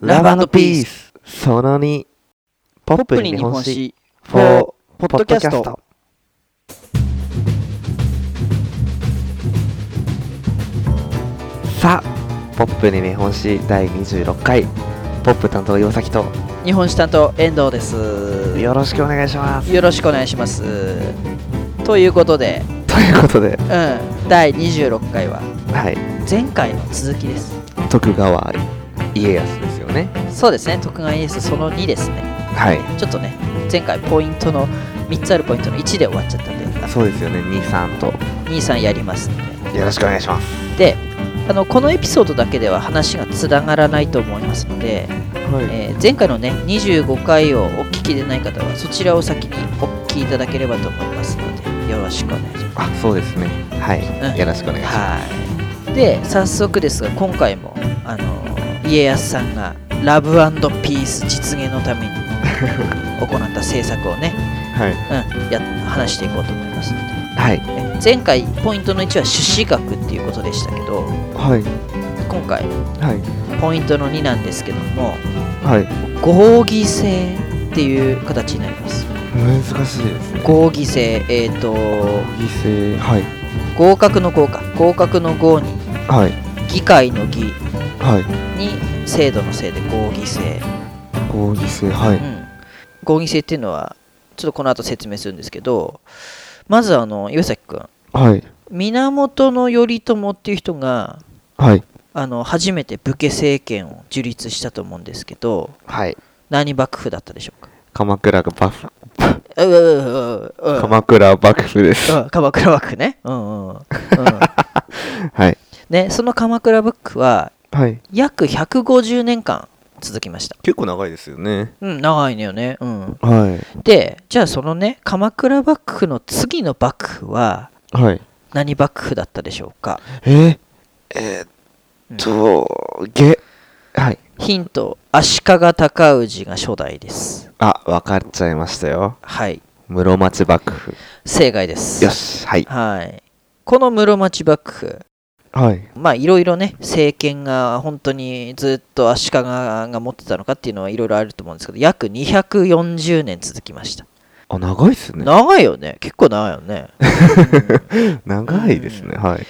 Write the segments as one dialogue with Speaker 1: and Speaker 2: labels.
Speaker 1: ラバーのピースその2ポッ
Speaker 2: ポッ
Speaker 1: プ
Speaker 2: プ
Speaker 1: に日
Speaker 2: に日
Speaker 1: 本
Speaker 2: 本
Speaker 1: 史
Speaker 2: 史
Speaker 1: for
Speaker 2: ポ
Speaker 1: ポ
Speaker 2: ッ
Speaker 1: ッド
Speaker 2: ド
Speaker 1: キ
Speaker 2: キ
Speaker 1: ャ
Speaker 2: ャ
Speaker 1: スト
Speaker 2: スト
Speaker 1: さあポップに日本史第26回ポップ担当岩崎と
Speaker 2: 日本史担当遠藤です
Speaker 1: よろしくお願いします
Speaker 2: よろしくお願いしますということで、
Speaker 1: ということで
Speaker 2: うん、第26回は
Speaker 1: はい
Speaker 2: 前回の続きです
Speaker 1: 徳川家康ですよね
Speaker 2: そうですね徳川家康その2ですね
Speaker 1: はい
Speaker 2: ちょっとね前回ポイントの3つあるポイントの1で終わっちゃったんで
Speaker 1: そうですよね23と
Speaker 2: 23やりますんで
Speaker 1: よろしくお願いします
Speaker 2: であのこのエピソードだけでは話がつながらないと思いますので、
Speaker 1: はい
Speaker 2: えー前回のね25回をお聞きでない方はそちらを先にお聞きいただければと思いますのでよろしくお願いします
Speaker 1: あそうですねはい、
Speaker 2: うん
Speaker 1: よろしくお願いしま
Speaker 2: はいで早速ですが今回もあの家康さんがラブピース実現のために行った政策をね、
Speaker 1: すはい
Speaker 2: うん、や話していこうと思いますので
Speaker 1: はい
Speaker 2: え前回ポイントの1は朱子学っていうことでしたけど
Speaker 1: はい
Speaker 2: 今回
Speaker 1: はい
Speaker 2: ポイントの2なんですけども
Speaker 1: はい
Speaker 2: 合議制っていう形になります
Speaker 1: 難しいですね
Speaker 2: 合議制えっ、と
Speaker 1: 犠牲はい
Speaker 2: 合格の合か合格の合に
Speaker 1: はい
Speaker 2: 議会の議
Speaker 1: はい
Speaker 2: に制度の制で合議制、
Speaker 1: 合議制は
Speaker 2: う
Speaker 1: い
Speaker 2: ん、合議制っていうのはちょっとこの後説明するんですけどまずあの岩崎君
Speaker 1: はい
Speaker 2: 源頼朝っていう人が
Speaker 1: はい
Speaker 2: あの初めて武家政権を樹立したと思うんですけど
Speaker 1: はい
Speaker 2: 何幕府だったでしょうか
Speaker 1: 鎌倉が幕府
Speaker 2: ううううう
Speaker 1: 鎌倉幕府です
Speaker 2: うん鎌倉幕府ね。うんうんうん
Speaker 1: はい
Speaker 2: ね、その鎌倉幕府は
Speaker 1: はい
Speaker 2: 約150年間続きました。
Speaker 1: 結構長いですよね
Speaker 2: うん、長いのよね。うん、
Speaker 1: は
Speaker 2: で、じゃあそのね、鎌倉幕府の次の幕府はい
Speaker 1: はい
Speaker 2: 何幕府だったでしょうか
Speaker 1: ええーっとげはい
Speaker 2: ヒント、足利尊氏が初代です。
Speaker 1: あ分かっちゃいましたよ
Speaker 2: はい、
Speaker 1: 室町幕府
Speaker 2: 正解です。
Speaker 1: よしはい
Speaker 2: はい。この室町幕府、
Speaker 1: はい
Speaker 2: まあいろいろね政権が本当にずっと足利が持ってたのかっていうのはいろいろあると思うんですけど約240年続きました、
Speaker 1: あ長いっすね
Speaker 2: 長いよね結構長いよね
Speaker 1: 長いですね
Speaker 2: う
Speaker 1: はい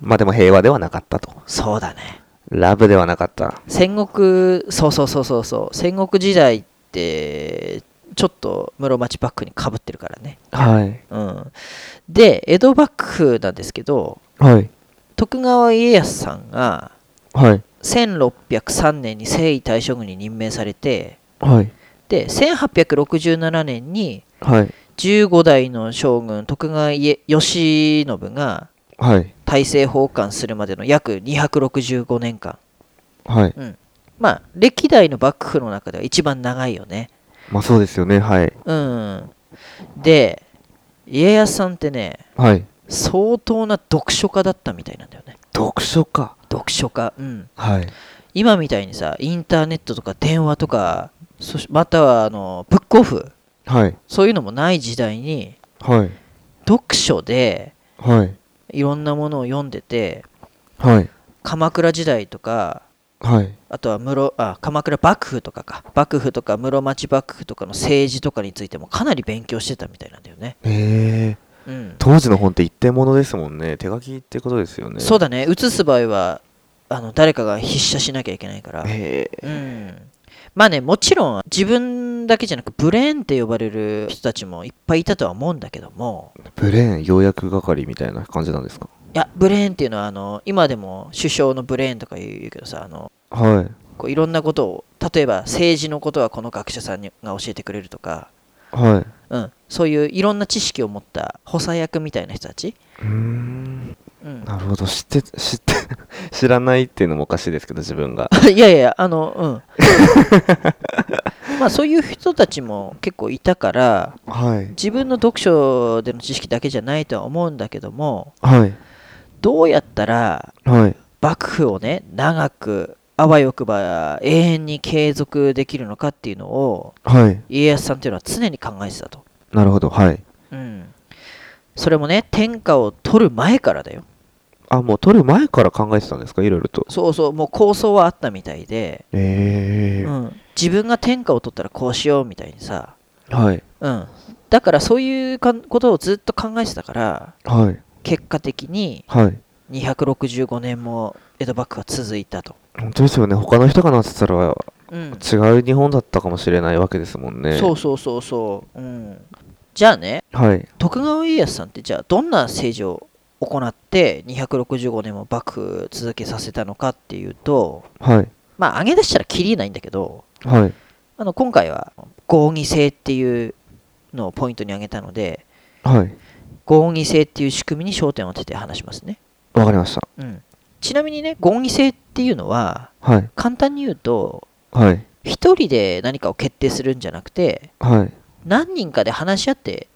Speaker 1: まあでも平和ではなかったと
Speaker 2: そうだね
Speaker 1: ラブではなかった
Speaker 2: 戦国そうそうそうそうそう戦国時代ってちょっと室町幕府にかぶってるからね
Speaker 1: はい
Speaker 2: うんで江戸幕府なんですけど
Speaker 1: はい
Speaker 2: 徳川家康さんが
Speaker 1: はい
Speaker 2: 1603年に征夷大将軍に任命されて
Speaker 1: はい
Speaker 2: で1867年に
Speaker 1: はい
Speaker 2: 15代の将軍徳川家慶喜が
Speaker 1: はい
Speaker 2: 大政奉還するまでの約265年間
Speaker 1: はい
Speaker 2: まあ歴代の幕府の中では一番長いよね
Speaker 1: まあそうですよねはい
Speaker 2: うんで家康さんってね
Speaker 1: はい
Speaker 2: 相当な読書家だったみたいなんだよね
Speaker 1: 読書か
Speaker 2: 読書家うん
Speaker 1: はい
Speaker 2: 今みたいにさインターネットとか電話とかそしまたはあのブックオフ
Speaker 1: はい
Speaker 2: そういうのもない時代に
Speaker 1: はい
Speaker 2: 読書で
Speaker 1: はい
Speaker 2: いろんなものを読んでて
Speaker 1: はい
Speaker 2: 鎌倉時代とか
Speaker 1: はい
Speaker 2: あとは室あ鎌倉幕府とかか幕府とか室町幕府とかの政治とかについてもかなり勉強してたみたいなんだよね、
Speaker 1: ええ
Speaker 2: うん、
Speaker 1: 当時の本って一点物ですもんね手書きってことですよね
Speaker 2: そうだね写す場合はあの誰かが筆写しなきゃいけないから、
Speaker 1: へえ
Speaker 2: うん、まあねもちろん自分だけじゃなくブレーンって呼ばれる人たちもいっぱいいたとは思うんだけども
Speaker 1: ブレーン要約係みたいな感じなんですか
Speaker 2: いやブレーンっていうのはあの今でも首相のブレーンとか言うけどさあの
Speaker 1: はい
Speaker 2: こういろんなことを例えば政治のことはこの学者さんにが教えてくれるとか、
Speaker 1: はい
Speaker 2: うん、そういういろんな知識を持った補佐役みたいな人たち、
Speaker 1: うーん
Speaker 2: うん、
Speaker 1: なるほど知って知って 知らないっていうのもおかしいですけど自分が
Speaker 2: いやいやあのうんまあそういう人たちも結構いたから
Speaker 1: はい
Speaker 2: 自分の読書での知識だけじゃないとは思うんだけども
Speaker 1: はい
Speaker 2: どうやったら
Speaker 1: はい
Speaker 2: 幕府をね長くあわよくば永遠に継続できるのかっていうのを
Speaker 1: はい
Speaker 2: 家康さんっていうのは常に考えてたと。
Speaker 1: なるほどはい
Speaker 2: うん、それもね天下を取る前からだよ
Speaker 1: あもう撮る前から考えてたんですかいろいろと
Speaker 2: そうそうもう構想はあったみたいで、
Speaker 1: ええ
Speaker 2: うん、自分が天下を取ったらこうしようみたいにさ、
Speaker 1: はい
Speaker 2: うん、だからそういうかんことをずっと考えてたから
Speaker 1: はい
Speaker 2: 結果的に
Speaker 1: はい
Speaker 2: 265年も江戸幕府は続いたと、
Speaker 1: 本当ですよね他の人がなってたら
Speaker 2: うん
Speaker 1: 違う日本だったかもしれないわけですもんね
Speaker 2: そうそうそうそう、うん、じゃあね
Speaker 1: はい
Speaker 2: 徳川家康さんってじゃあどんな政治を行って265年も幕府続けさせたのかっていうと
Speaker 1: はい
Speaker 2: まあ上げ出したらキリないんだけど
Speaker 1: はい
Speaker 2: あの今回は合議制っていうのをポイントに挙げたので
Speaker 1: はい
Speaker 2: 合議制っていう仕組みに焦点を当てて話しますね、
Speaker 1: わかりました
Speaker 2: うん、ちなみにね合議制っていうのは
Speaker 1: はい
Speaker 2: 簡単に言うと
Speaker 1: はい
Speaker 2: 一人で何かを決定するんじゃなくて
Speaker 1: はい
Speaker 2: 何人かで話し合って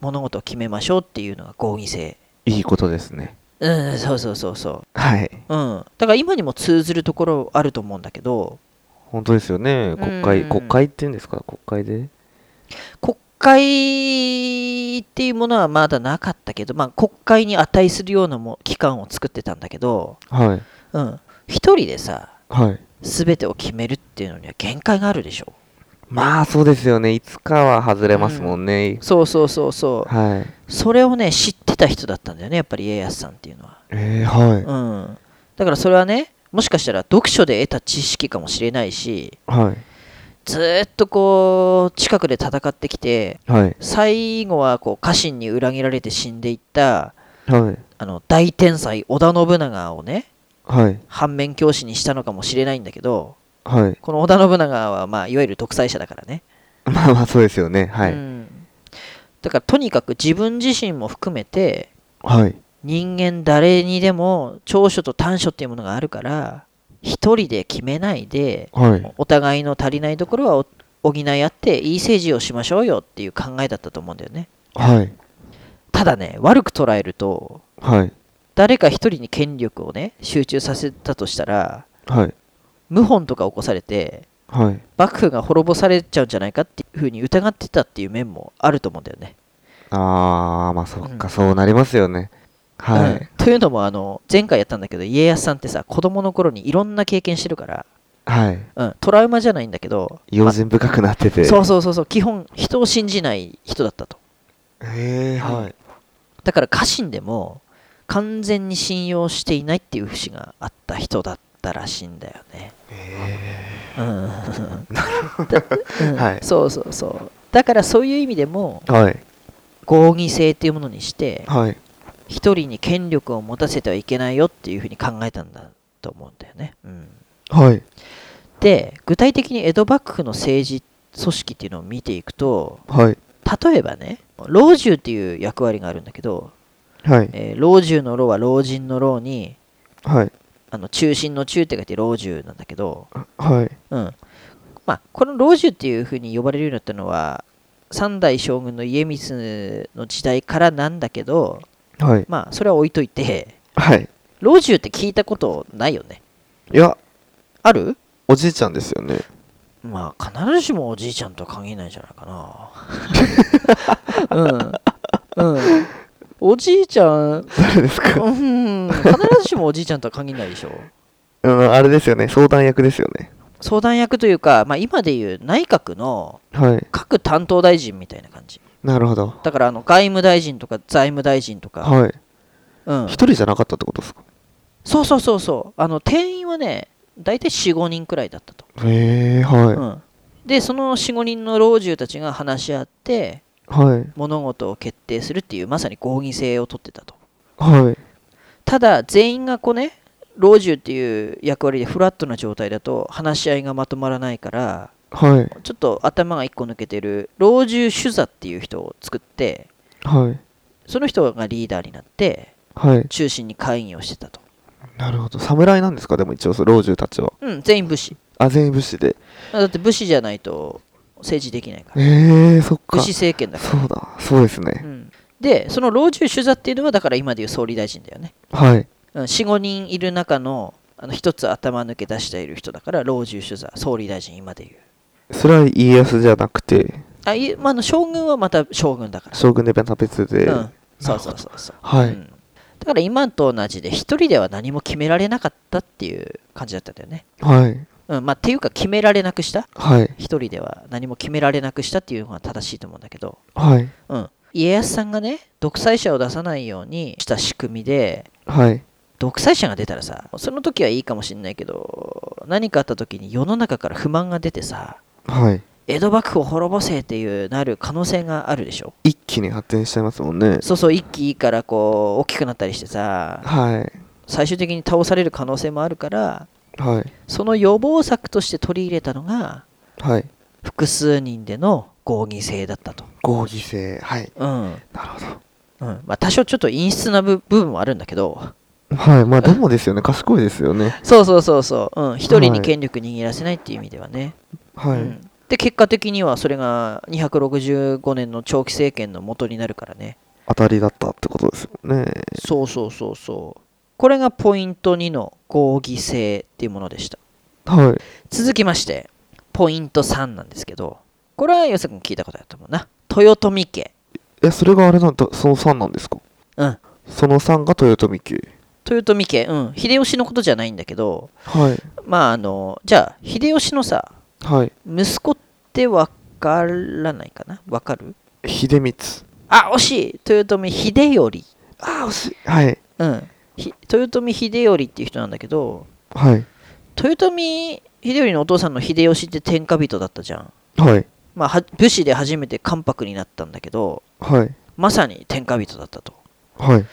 Speaker 2: 物事を決めましょうっていうのが合議制
Speaker 1: いいことですね
Speaker 2: うんそうそうそうそう
Speaker 1: はい
Speaker 2: うん、だから今にも通ずるところあると思うんだけど
Speaker 1: 本当ですよね国
Speaker 2: う
Speaker 1: 会
Speaker 2: ん
Speaker 1: 国会っていうんですか国会で
Speaker 2: 国会っていうものはまだなかったけど、まあ、国会に値するようなも機関を作ってたんだけど、
Speaker 1: はい
Speaker 2: うん、一人でさ
Speaker 1: はい
Speaker 2: 全てを決めるっていうのには限界があるでしょ
Speaker 1: まあそうですよねいつかは外れますもんね、
Speaker 2: そうそうそうそ
Speaker 1: はい、
Speaker 2: うそれをね知ってた人だったんだよねやっぱり家康さんっていうのは、
Speaker 1: えー、はい、
Speaker 2: うん、だからそれはねもしかしたら読書で得た知識かもしれないし
Speaker 1: はい
Speaker 2: ずーっとこう近くで戦ってきて
Speaker 1: はい
Speaker 2: 最後はこう家臣に裏切られて死んでいった
Speaker 1: はい
Speaker 2: あの大天才織田信長をね
Speaker 1: はい
Speaker 2: 反面教師にしたのかもしれないんだけど
Speaker 1: はい
Speaker 2: この織田信長は、まあ、いわゆる独裁者だからね、
Speaker 1: まあまあそうですよねはい、
Speaker 2: うんだからとにかく自分自身も含めて
Speaker 1: はい
Speaker 2: 人間誰にでも長所と短所っていうものがあるから一人で決めないで
Speaker 1: はい
Speaker 2: お互いの足りないところはお補い合っていい政治をしましょうよっていう考えだったと思うんだよね
Speaker 1: はい
Speaker 2: ただね悪く捉えると
Speaker 1: はい
Speaker 2: 誰か一人に権力をね集中させたとしたら
Speaker 1: はい
Speaker 2: 謀反とか起こされて
Speaker 1: はい
Speaker 2: 幕府が滅ぼされちゃうんじゃないかっていうふうに疑ってたっていう面もあると思うんだよね。
Speaker 1: あーまあそっか、
Speaker 2: うん
Speaker 1: そうなりますよねはい、
Speaker 2: うんというのもあの前回やったんだけど家康さんってさ子供の頃にいろんな経験してるから、
Speaker 1: はい
Speaker 2: うん、トラウマじゃないんだけど、
Speaker 1: 用心深くなってて、
Speaker 2: そうそうそうそう基本人を信じない人だったと
Speaker 1: へえはい
Speaker 2: だから家臣でも完全に信用していないっていう節があった人だったらしいんだよね。うんうん
Speaker 1: はい
Speaker 2: そうそうそうだからそういう意味でも
Speaker 1: はい
Speaker 2: 合議制っていうものにして
Speaker 1: はい
Speaker 2: 一人に権力を持たせてはいけないよっていうふうに考えたんだと思うんだよね、うん、
Speaker 1: はい
Speaker 2: で具体的に江戸幕府の政治組織っていうのを見ていくと
Speaker 1: はい
Speaker 2: 例えばね老中っていう役割があるんだけど、
Speaker 1: はい
Speaker 2: えー老中の老は老人の老に
Speaker 1: はい
Speaker 2: あの中心の中って書いて老中なんだけど、
Speaker 1: はい
Speaker 2: うんまあ、この老中っていうふうに呼ばれるようになったのは三代将軍の家光の時代からなんだけど
Speaker 1: はい
Speaker 2: まあそれは置いといて
Speaker 1: はい
Speaker 2: 老中って聞いたことないよね
Speaker 1: いや
Speaker 2: ある
Speaker 1: おじいちゃんですよね
Speaker 2: まあ必ずしもおじいちゃんとは限らないんじゃないかな うんうんおじいちゃん
Speaker 1: 誰ですか
Speaker 2: うん必ずしもおじいちゃんとは限らないでしょ
Speaker 1: うんあれですよね相談役ですよね
Speaker 2: 相談役というか、まあ、今でいう内閣の
Speaker 1: はい
Speaker 2: 各担当大臣みたいな感じ
Speaker 1: なるほど
Speaker 2: だからあの外務大臣とか財務大臣とか、
Speaker 1: はい
Speaker 2: うん
Speaker 1: 一、人じゃなかったってことですか
Speaker 2: そうそうそうそうあの定員はね大体45人くらいだったと、
Speaker 1: へえはい、
Speaker 2: うん、でその45人の老中たちが話し合って
Speaker 1: はい
Speaker 2: 物事を決定するっていうまさに合議制を取ってたと
Speaker 1: はい
Speaker 2: ただ全員がこうね老中っていう役割でフラットな状態だと話し合いがまとまらないから
Speaker 1: はい
Speaker 2: ちょっと頭が一個抜けてる老中主座っていう人を作って
Speaker 1: はい
Speaker 2: その人がリーダーになって
Speaker 1: はい
Speaker 2: 中心に会議をしてたと
Speaker 1: なるほど侍なんですかでも一応その老中たちは
Speaker 2: うん全員武士
Speaker 1: あ全員武士で
Speaker 2: だって武士じゃないと政治できないから
Speaker 1: えー、そっか
Speaker 2: 武士
Speaker 1: そ
Speaker 2: 政権だか
Speaker 1: うだそうです
Speaker 2: ら、
Speaker 1: ね
Speaker 2: うん、でその老中主座っていうのはだから今でいう総理大臣だよね、
Speaker 1: はい
Speaker 2: うん、45人いる中のあの一つ頭抜け出している人だから老中主座総理大臣今でいう
Speaker 1: それは家康じゃなくて
Speaker 2: あいえまあ、あの将軍はまた将軍だから
Speaker 1: 将軍でまた別で、
Speaker 2: うん、そうそうそうそう、
Speaker 1: は
Speaker 2: う
Speaker 1: い
Speaker 2: んだから今と同じで一人では何も決められなかったっていう感じだったんだよね。
Speaker 1: はい。
Speaker 2: うん、まあっていうか決められなくした
Speaker 1: はい。
Speaker 2: 一人では何も決められなくしたっていうのが正しいと思うんだけど、
Speaker 1: はい。
Speaker 2: うん、家康さんがね独裁者を出さないようにした仕組みで
Speaker 1: はい。
Speaker 2: 独裁者が出たらさその時はいいかもしんないけど何かあった時に世の中から不満が出てさ
Speaker 1: はい。
Speaker 2: 江戸幕府を滅ぼせっていうなる可能性があるでしょ
Speaker 1: 一気に発展しちゃいますもんね。
Speaker 2: そうそう一気いからこう大きくなったりしてさ
Speaker 1: はい。
Speaker 2: 最終的に倒される可能性もあるから
Speaker 1: はい。
Speaker 2: その予防策として取り入れたのが
Speaker 1: はい。
Speaker 2: 複数人での合議制だったと。
Speaker 1: 合議制。はい。
Speaker 2: うん
Speaker 1: なるほ
Speaker 2: うんまあ、多少ちょっと陰湿な部部分もあるんだけど
Speaker 1: ど。はい。まあ、でもですよね。賢いですよね。
Speaker 2: そうそうそうそう、うん、一人
Speaker 1: は
Speaker 2: に
Speaker 1: い
Speaker 2: 権力握らせないっていう意味ではね、
Speaker 1: は
Speaker 2: う
Speaker 1: い。
Speaker 2: ん、で結果的にはそれが265年の長期政権の元になるからね
Speaker 1: 当たりだったってことですよね。
Speaker 2: そうそうそうそうこれがポイント2の合議制っていうものでした
Speaker 1: はい。
Speaker 2: 続きましてポイント3なんですけどこれは吉瀬君聞いたことあると思うな豊臣家
Speaker 1: え、それがあれなんだ、その3なんですか
Speaker 2: うん
Speaker 1: その3が豊臣家。
Speaker 2: 豊臣家うん秀吉のことじゃないんだけど
Speaker 1: はい。
Speaker 2: まああのじゃあ秀吉のさ
Speaker 1: はい。
Speaker 2: 息子ってわからないかなわかる
Speaker 1: 秀光。
Speaker 2: あ惜しい豊臣秀頼
Speaker 1: ああ、惜しい。はい。
Speaker 2: うんひ豊臣秀頼っていう人なんだけど
Speaker 1: はい。
Speaker 2: 豊臣秀頼のお父さんの秀吉って天下人だったじゃん
Speaker 1: はい。
Speaker 2: まあは武士で初めて関白になったんだけど
Speaker 1: はい。
Speaker 2: まさに天下人だったと
Speaker 1: はい。
Speaker 2: だか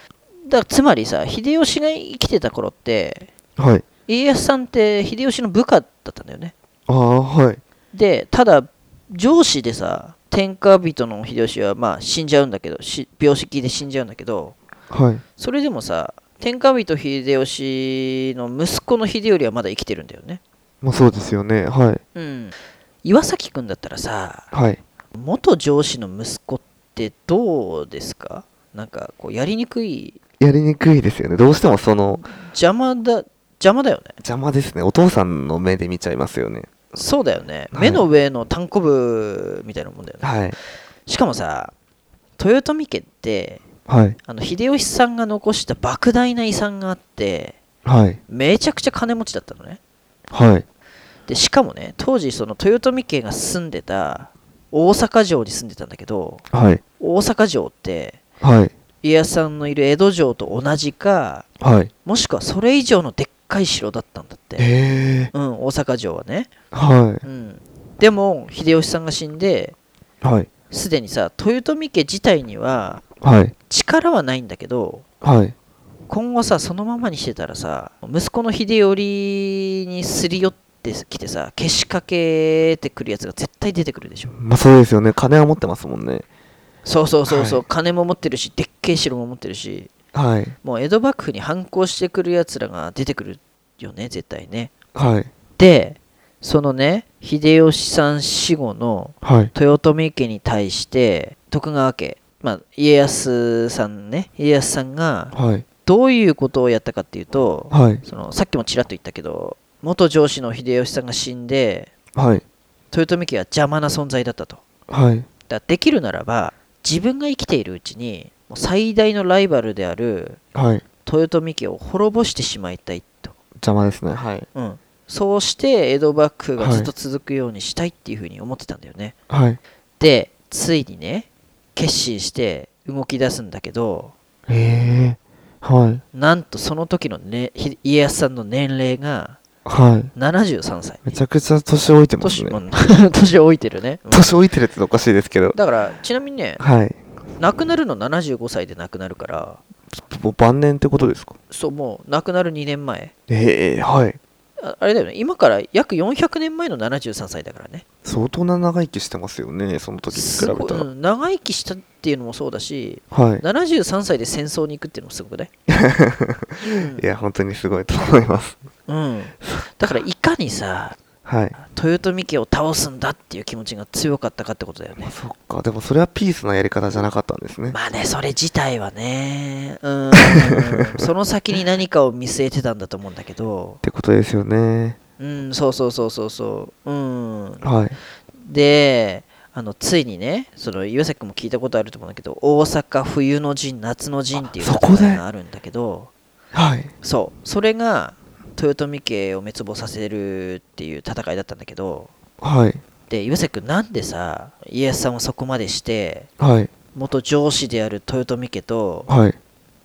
Speaker 2: らつまりさ秀吉が生きてた頃って
Speaker 1: はい。
Speaker 2: 家康さんって秀吉の部下だったんだよね
Speaker 1: ああ、はい。
Speaker 2: でただ上司でさ天下人の秀吉はまあ死んじゃうんだけどし病気で死んじゃうんだけど
Speaker 1: はい。
Speaker 2: それでもさ天下人秀吉の息子の秀頼はまだ生きてるんだよね
Speaker 1: まあ、そうですよね。はい。
Speaker 2: うん岩崎君だったらさ
Speaker 1: はい。
Speaker 2: 元上司の息子ってどうですかなんかこうやりにくい
Speaker 1: やりにくいですよね。どうしてもその、
Speaker 2: 邪魔だ邪魔だよね
Speaker 1: 邪魔ですね。お父さんの目で見ちゃいますよね。
Speaker 2: そうだよね
Speaker 1: はい
Speaker 2: 目の上の単行部みたいなもんだよね、
Speaker 1: はい。
Speaker 2: しかもさ豊臣家って
Speaker 1: はい。
Speaker 2: あの秀吉さんが残した莫大な遺産があって
Speaker 1: はい。
Speaker 2: めちゃくちゃ金持ちだったのね
Speaker 1: はい。
Speaker 2: でしかもね当時その豊臣家が住んでた大阪城に住んでたんだけど
Speaker 1: はい。
Speaker 2: 大阪城って
Speaker 1: はい。
Speaker 2: 家康さんのいる江戸城と同じか
Speaker 1: はい。
Speaker 2: もしくはそれ以上のでっかい城だったんだって、
Speaker 1: ええ。
Speaker 2: うん、大阪城はね、
Speaker 1: は
Speaker 2: うん、でも秀吉さんが死んで
Speaker 1: い。はい。
Speaker 2: すでにさ豊臣家自体には
Speaker 1: はい。
Speaker 2: 力はないんだけど
Speaker 1: はい。
Speaker 2: 今後さそのままにしてたらさ息子の秀頼にすり寄ってきてさけしかけてくるやつが絶対出てくるでしょ
Speaker 1: まあ、そうですよね。金は持ってますもんね。
Speaker 2: そうそうそうそう、
Speaker 1: はい
Speaker 2: 金も持ってるしでっけえ城も持ってるし
Speaker 1: はい。
Speaker 2: もう江戸幕府に反抗してくるやつらが出てくるよね絶対ね
Speaker 1: はい。
Speaker 2: でそのね秀吉さん死後の
Speaker 1: はい。
Speaker 2: 豊臣家に対して徳川家、まあ、家康さんね家康さんが
Speaker 1: はい。
Speaker 2: どういうことをやったかっていうと
Speaker 1: はい。
Speaker 2: そのさっきもちらっと言ったけど元上司の秀吉さんが死んで
Speaker 1: はい。
Speaker 2: 豊臣家は邪魔な存在だったと
Speaker 1: はい。
Speaker 2: だからできるならば自分が生きているうちにもう最大のライバルである
Speaker 1: はい。
Speaker 2: 豊臣家を滅ぼしてしまいたいと、
Speaker 1: 邪魔ですね。はい。
Speaker 2: うん、そうして江戸幕府がずっと続くようにしたいっていうふうに思ってたんだよね、
Speaker 1: はい。
Speaker 2: でついにね決心して動き出すんだけど
Speaker 1: ええ。はい。
Speaker 2: なんとその時の、ね、ひ家康さんの年齢が
Speaker 1: はい。
Speaker 2: 73歳
Speaker 1: めちゃくちゃ年老いてます
Speaker 2: 年,、
Speaker 1: ね。
Speaker 2: 年老いてるね、うん
Speaker 1: 年老いてるっておかしいですけど。
Speaker 2: だからちなみにね
Speaker 1: はい。
Speaker 2: 亡くなるの75歳で亡くなるから
Speaker 1: もう晩年ってことですか
Speaker 2: そうもう亡くなる2年前
Speaker 1: ええ、はい。
Speaker 2: ああれだよね今から約400年前の73歳だからね
Speaker 1: 相当な長生きしてますよね、その時に比
Speaker 2: す
Speaker 1: べ
Speaker 2: ごい
Speaker 1: たら。
Speaker 2: うん長生きしたっていうのもそうだし
Speaker 1: はい。
Speaker 2: 73歳で戦争に行くっていうのもすごくね、うん
Speaker 1: いや、本当にすごいと思います。
Speaker 2: うん、だからいかにさ
Speaker 1: はい。
Speaker 2: 豊臣家を倒すんだっていう気持ちが強かったかってことだよね
Speaker 1: まあ、そっか。でも、それはピースなやり方じゃなかったんですね。
Speaker 2: まあねそれ自体はねうんその先に何かを見据えてたんだと思うんだけど
Speaker 1: ってことですよね。
Speaker 2: うんそうそうそうそうそううん
Speaker 1: はい。
Speaker 2: であのついにねその岩崎君も聞いたことあると思うんだけど大阪冬の陣夏の陣っていう
Speaker 1: あそこで
Speaker 2: 戦いがあるんだけど
Speaker 1: はい。
Speaker 2: そうそれが豊臣家を滅亡させるっていう戦いだったんだけど
Speaker 1: はい。
Speaker 2: で岩崎君なんでさ家康さんをそこまでして
Speaker 1: はい。
Speaker 2: 元上司である豊臣家と
Speaker 1: はい。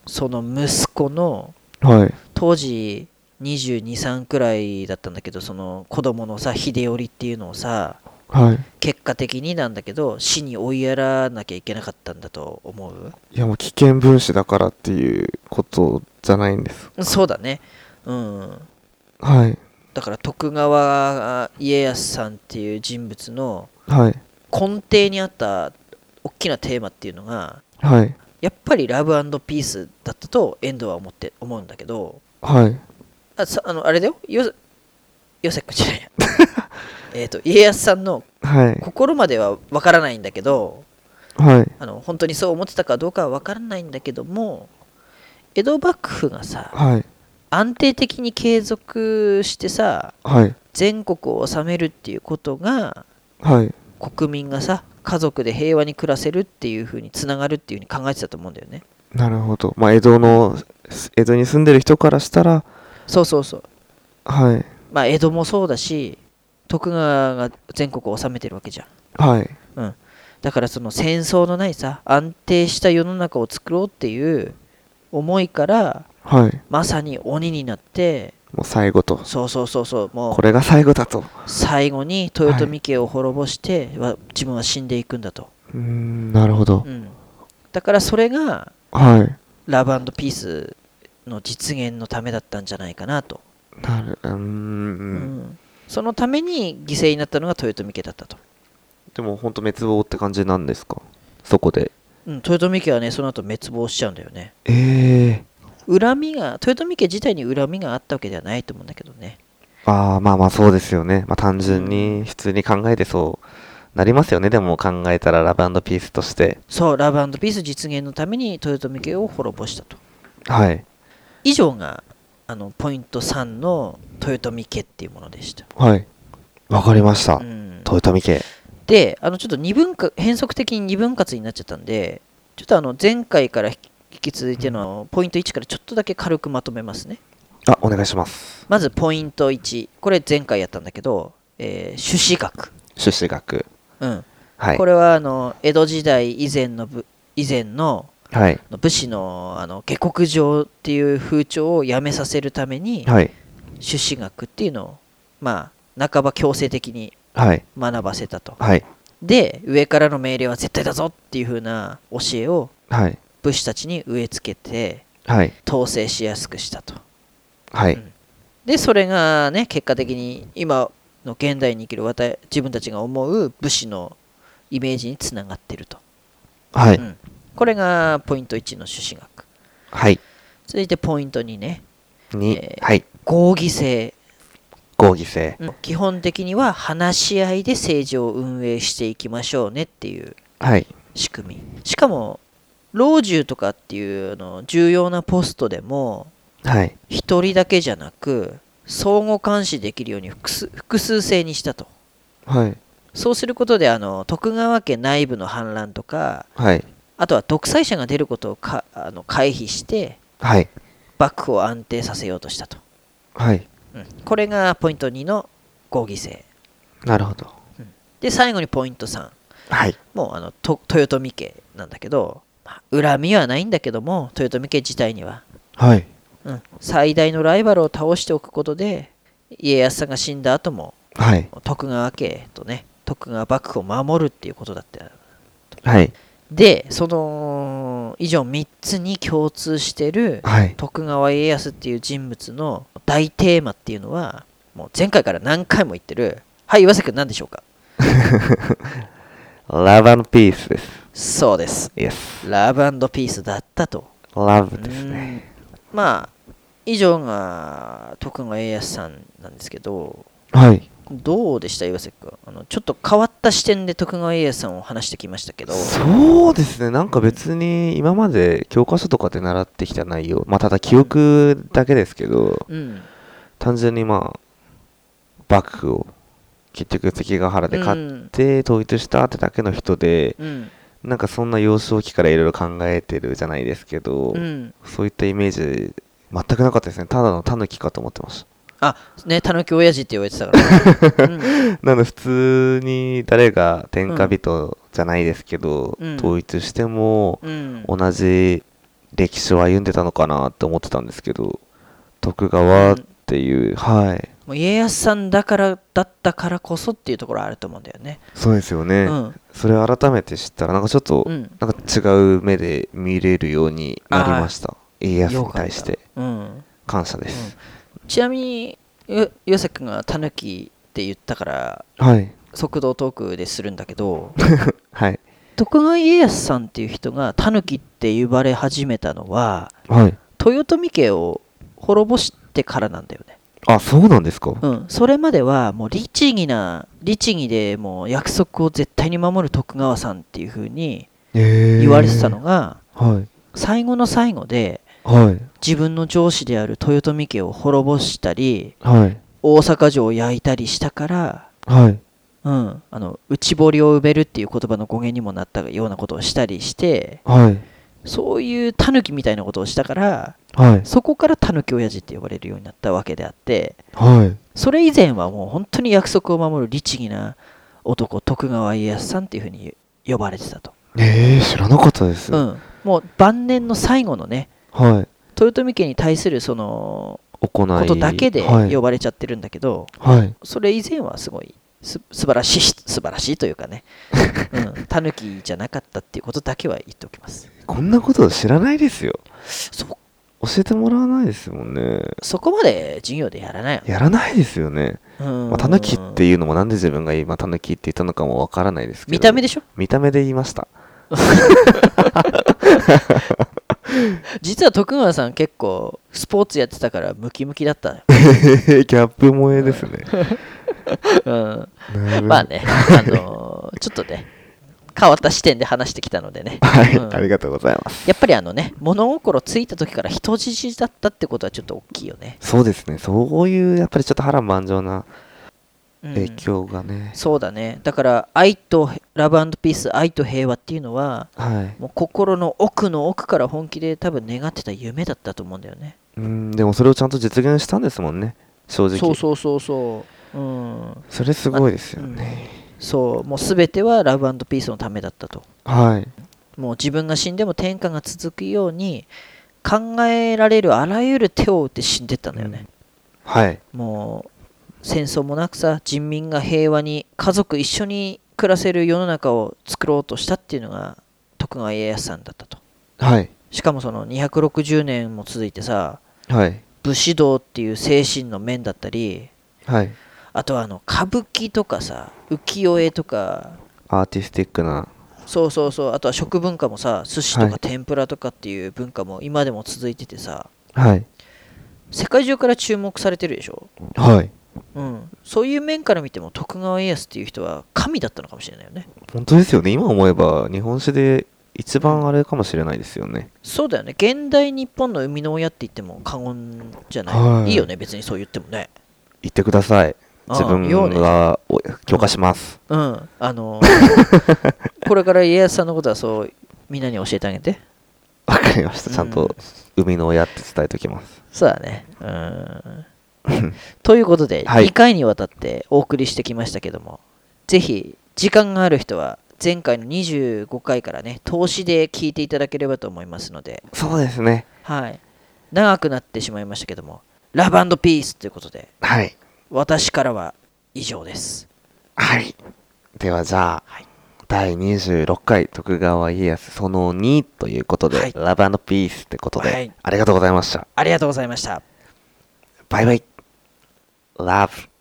Speaker 2: その息子の
Speaker 1: はい。
Speaker 2: 当時2 2 3くらいだったんだけどその子供のさ秀頼っていうのをさ
Speaker 1: はい。
Speaker 2: 結果的になんだけど死に追いやらなきゃいけなかったんだと思う
Speaker 1: いやもう危険分子だからっていうことじゃないんです。
Speaker 2: そうだねうん
Speaker 1: はい。
Speaker 2: だから徳川家康さんっていう人物の
Speaker 1: はい。
Speaker 2: 根底にあった大きなテーマっていうのが
Speaker 1: はい。
Speaker 2: やっぱりラブピースだったと遠藤は思って思うんだけど
Speaker 1: はい。
Speaker 2: あさあのあれだよよよせっくんじゃないやえっと家康さんの
Speaker 1: はい。
Speaker 2: 心まではわからないんだけど
Speaker 1: はい。
Speaker 2: あの本当にそう思ってたかどうかはわからないんだけども江戸幕府がさ
Speaker 1: はい。
Speaker 2: 安定的に継続してさ
Speaker 1: はい。
Speaker 2: 全国を治めるっていうことが
Speaker 1: はい。
Speaker 2: 国民がさ家族で平和に暮らせるっていう風につながるっていう風に考えてたと思うんだよね
Speaker 1: なるほど。まあ、江戸の、江戸に住んでる人からしたら、
Speaker 2: そうそうそう
Speaker 1: はい。
Speaker 2: まあ江戸もそうだし徳川が全国を治めてるわけじゃん
Speaker 1: はい。
Speaker 2: うん、だからその戦争のないさ安定した世の中を作ろうっていう思いから
Speaker 1: はい。
Speaker 2: まさに鬼になって
Speaker 1: もう最後と。
Speaker 2: そうそうそうそうもう
Speaker 1: これが最後だと。
Speaker 2: 最後に豊臣家を滅ぼして、わ自分は死んでいくんだと、
Speaker 1: うーん、なるほど
Speaker 2: う。ん、だからそれが
Speaker 1: はい。
Speaker 2: ラブピースの実現のためだったんじゃないかなと、
Speaker 1: なる、うー。
Speaker 2: うんそのために犠牲になったのが豊臣家だったと、
Speaker 1: でも、本当滅亡って感じなんですかそこで。
Speaker 2: うん、豊臣家はねその後滅亡しちゃうんだよね
Speaker 1: ええ
Speaker 2: 恨みが豊臣家自体に恨みがあったわけではないと思うんだけどね
Speaker 1: ああ、まあまあそうですよね。まあ単純に、普通に考えてそうなりますよね。でも考えたらラブピースとして。
Speaker 2: そうラブピース実現のために豊臣家を滅ぼしたと
Speaker 1: はい。
Speaker 2: 以上があのポイント3の豊臣家っていうものでした、
Speaker 1: はい。わかりました
Speaker 2: う。ん、
Speaker 1: 豊臣家。
Speaker 2: であのちょっと二分割変則的に二分割になっちゃったんでちょっとあの前回から引き引き続いてのポイント1からちょっとだけ軽くまとめますね
Speaker 1: あ、お願いします。
Speaker 2: まずポイント1これ前回やったんだけど、えー朱子学、
Speaker 1: 朱子学。
Speaker 2: うん
Speaker 1: はい
Speaker 2: こ。れはあの江戸時代以前のぶ以前の
Speaker 1: はい。
Speaker 2: 武士のあの下克上っていう風潮をやめさせるために
Speaker 1: はい。
Speaker 2: 朱子学っていうのをまあ半ば強制的に
Speaker 1: はい。
Speaker 2: 学ばせたと
Speaker 1: はい。
Speaker 2: で上からの命令は絶対だぞっていう風な教えを
Speaker 1: はい。
Speaker 2: 武士たちに植え付けて
Speaker 1: はい。
Speaker 2: 統制しやすくしたと
Speaker 1: は
Speaker 2: う
Speaker 1: い
Speaker 2: ん。でそれがね結果的に今の現代に生きる私自分たちが思う武士のイメージにつながってると、
Speaker 1: は
Speaker 2: う
Speaker 1: い。
Speaker 2: んこれがポイント1の朱子学
Speaker 1: はい。
Speaker 2: 続いてポイント2ね
Speaker 1: に
Speaker 2: え、ー
Speaker 1: はい。
Speaker 2: 合議制、
Speaker 1: 合議制。
Speaker 2: うん基本的には話し合いで政治を運営していきましょうねっていう
Speaker 1: はい。
Speaker 2: 仕組みしかも老中とかっていうあの重要なポストでも
Speaker 1: はい。
Speaker 2: 一人だけじゃなく相互監視できるように複数複数制にしたと
Speaker 1: はい。
Speaker 2: そうすることであの徳川家内部の反乱とか
Speaker 1: はい。
Speaker 2: あとは独裁者が出ることをかあの回避して
Speaker 1: はい。
Speaker 2: 幕府を安定させようとしたと、
Speaker 1: はい。
Speaker 2: うんこれがポイント2の合議制
Speaker 1: なるほど。
Speaker 2: で最後にポイント3
Speaker 1: はい。
Speaker 2: もうあのと豊臣家なんだけど、まあ恨みはないんだけども豊臣家自体には、
Speaker 1: はい。
Speaker 2: うん、最大のライバルを倒しておくことで家康さんが死んだ後も
Speaker 1: はい。
Speaker 2: 徳川家とね徳川幕府を守るっていうことだった
Speaker 1: はい。
Speaker 2: でその以上3つに共通してる
Speaker 1: はい。
Speaker 2: 徳川家康っていう人物の大テーマっていうのはもう前回から何回も言ってるはい岩崎君何でしょうか
Speaker 1: ラブピースです。
Speaker 2: そうです
Speaker 1: イエス。
Speaker 2: ラブピースだったと
Speaker 1: ラブですね。
Speaker 2: うんまあ以上が徳川家康さんなんですけど
Speaker 1: はい。
Speaker 2: どうでした岩崎君あのちょっと変わった視点で徳川家康さんを話してきましたけど
Speaker 1: そうですね、なんか別に今まで教科書とかで習ってきた内容、まあ、ただ記憶だけですけど、
Speaker 2: うん
Speaker 1: 単純にまあ、幕府を結局関ヶ原で勝っ
Speaker 2: うん
Speaker 1: て統一したってだけの人で、
Speaker 2: うん
Speaker 1: なんかそんな幼少期からいろいろ考えてるじゃないですけど、
Speaker 2: うん
Speaker 1: そういったイメージ全くなかったですねただのタヌキかと思ってました
Speaker 2: あねたぬき親父って言われてたから、うん
Speaker 1: なので普通に誰が天下人じゃないですけど、
Speaker 2: うん
Speaker 1: 統一しても
Speaker 2: うん、
Speaker 1: 同じ歴史を歩んでたのかなって思ってたんですけど徳川っていう、はい
Speaker 2: もう家康さんだからだったからこそっていうところあると思うんだよね。
Speaker 1: そうですよね、
Speaker 2: うん
Speaker 1: それを改めて知ったらなんかちょっと、
Speaker 2: うん
Speaker 1: なんか違う目で見れるようになりました家康に対して
Speaker 2: うん、
Speaker 1: 感謝です、
Speaker 2: ちなみにゆ岩崎君がタヌキって言ったから
Speaker 1: はい
Speaker 2: 速度トークでするんだけど
Speaker 1: はい
Speaker 2: 徳川家康さんっていう人がタヌキって呼ばれ始めたのは
Speaker 1: はい
Speaker 2: 豊臣家を滅ぼしてからなんだよね。
Speaker 1: あそうなんですか、
Speaker 2: うん、それまではもう律儀な律儀でもう約束を絶対に守る徳川さんっていう風に
Speaker 1: えー
Speaker 2: 言われてたのが、
Speaker 1: はい
Speaker 2: 最後の最後で
Speaker 1: はい
Speaker 2: 自分の上司である豊臣家を滅ぼしたり
Speaker 1: はい
Speaker 2: 大阪城を焼いたりしたから、
Speaker 1: はい
Speaker 2: うん、あの内堀を埋めるっていう言葉の語源にもなったようなことをしたりして
Speaker 1: はい
Speaker 2: そういうタヌキみたいなことをしたから
Speaker 1: はい
Speaker 2: そこからタヌキ親父って呼ばれるようになったわけであって
Speaker 1: はい
Speaker 2: それ以前はもう本当に約束を守る律儀な男徳川家康さんっていうふうに呼ばれてたと、
Speaker 1: えー、知らなかったです、
Speaker 2: うん、もう晩年の最後のね
Speaker 1: はい
Speaker 2: 豊臣家に対するその
Speaker 1: 行い
Speaker 2: ことだけで
Speaker 1: はい
Speaker 2: 呼ばれちゃってるんだけど、
Speaker 1: はい
Speaker 2: それ以前はすごいす素晴らしい素晴らしいというか ね、うん、タヌキじゃなかったっていうことだけは言っておきます
Speaker 1: こんなこと知らないですよ
Speaker 2: そ
Speaker 1: 教えてもらわないですもんね
Speaker 2: そこまで授業でやらないよね
Speaker 1: やらないですよね
Speaker 2: うん
Speaker 1: まあ、タヌキっていうのもなんで自分が今タヌキって言ったのかもわからないですけど
Speaker 2: 見た目でしょ
Speaker 1: 見た目で言いま した
Speaker 2: 実は徳川さん結構スポーツやってたからムキムキだった のよ、
Speaker 1: ギャップ萌えですね
Speaker 2: うん
Speaker 1: なるほど
Speaker 2: まあね、あのーちょっとね、変わった視点で話してきたのでね、
Speaker 1: はい、
Speaker 2: うん
Speaker 1: ありがとうございます
Speaker 2: やっぱりあのね、物心ついた時から人質だったってことはちょっと大きいよね。
Speaker 1: そうですねそういうやっぱりちょっと波乱万丈な
Speaker 2: うん
Speaker 1: 影響がね、
Speaker 2: そうだね、だから愛とラブピース、愛と平和っていうのは、
Speaker 1: はい
Speaker 2: もう心の奥の奥から本気で多分願ってた夢だったと思うんだよね。
Speaker 1: うんでもそれをちゃんと実現したんですもんね正直
Speaker 2: そうそうそうそう。うん、
Speaker 1: それすごいですよね、
Speaker 2: そうもう全てはラブピースのためだったと
Speaker 1: はい
Speaker 2: もう自分が死んでも天下が続くように考えられるあらゆる手を打って死んでったんだよね、
Speaker 1: はい
Speaker 2: もう戦争もなくさ人民が平和に家族一緒に暮らせる世の中を作ろうとしたっていうのが徳川家康さんだったと
Speaker 1: はい
Speaker 2: しかもその260年も続いてさ
Speaker 1: はい
Speaker 2: 武士道っていう精神の面だったり
Speaker 1: はい
Speaker 2: あとはあの歌舞伎とかさ浮世絵とか
Speaker 1: アーティスティックな
Speaker 2: そうそうそうあとは食文化もさ寿司と
Speaker 1: は
Speaker 2: か
Speaker 1: い
Speaker 2: 天ぷらとかっていう文化も今でも続いててさ
Speaker 1: はい
Speaker 2: 世界中から注目されてるでしょ、
Speaker 1: はい
Speaker 2: うん、そういう面から見ても徳川家康っていう人は神だったのかもしれないよね
Speaker 1: 本当ですよね今思えば日本史で一番あれかもしれないですよね
Speaker 2: そうだよね現代日本の生みの親って言っても過言じゃない、
Speaker 1: はい
Speaker 2: い、いよね別にそう言ってもね
Speaker 1: 言ってください
Speaker 2: ああ
Speaker 1: 自分
Speaker 2: ようね
Speaker 1: がお許可します
Speaker 2: うんあの ーこれから家康さんのことはそうみんなに教えてあげて
Speaker 1: わかりましたちゃん
Speaker 2: う
Speaker 1: と
Speaker 2: ん
Speaker 1: 生みの親って伝えておき ます
Speaker 2: そうだねうんということで、
Speaker 1: はい
Speaker 2: 2回にわたってお送りしてきましたけどもぜひ時間がある人は前回の25回からね投資で聞いていただければと思いますので、
Speaker 1: そうですね
Speaker 2: はい、長くなってしまいましたけどもラブピースということで
Speaker 1: はい
Speaker 2: 私からは以上です
Speaker 1: はいではじゃあ、
Speaker 2: はい
Speaker 1: 第26回徳川家康その2ということで、
Speaker 2: はい
Speaker 1: ラブピースってことで、
Speaker 2: はい
Speaker 1: ありがとうございました
Speaker 2: ありがとうございました
Speaker 1: バイバイラブ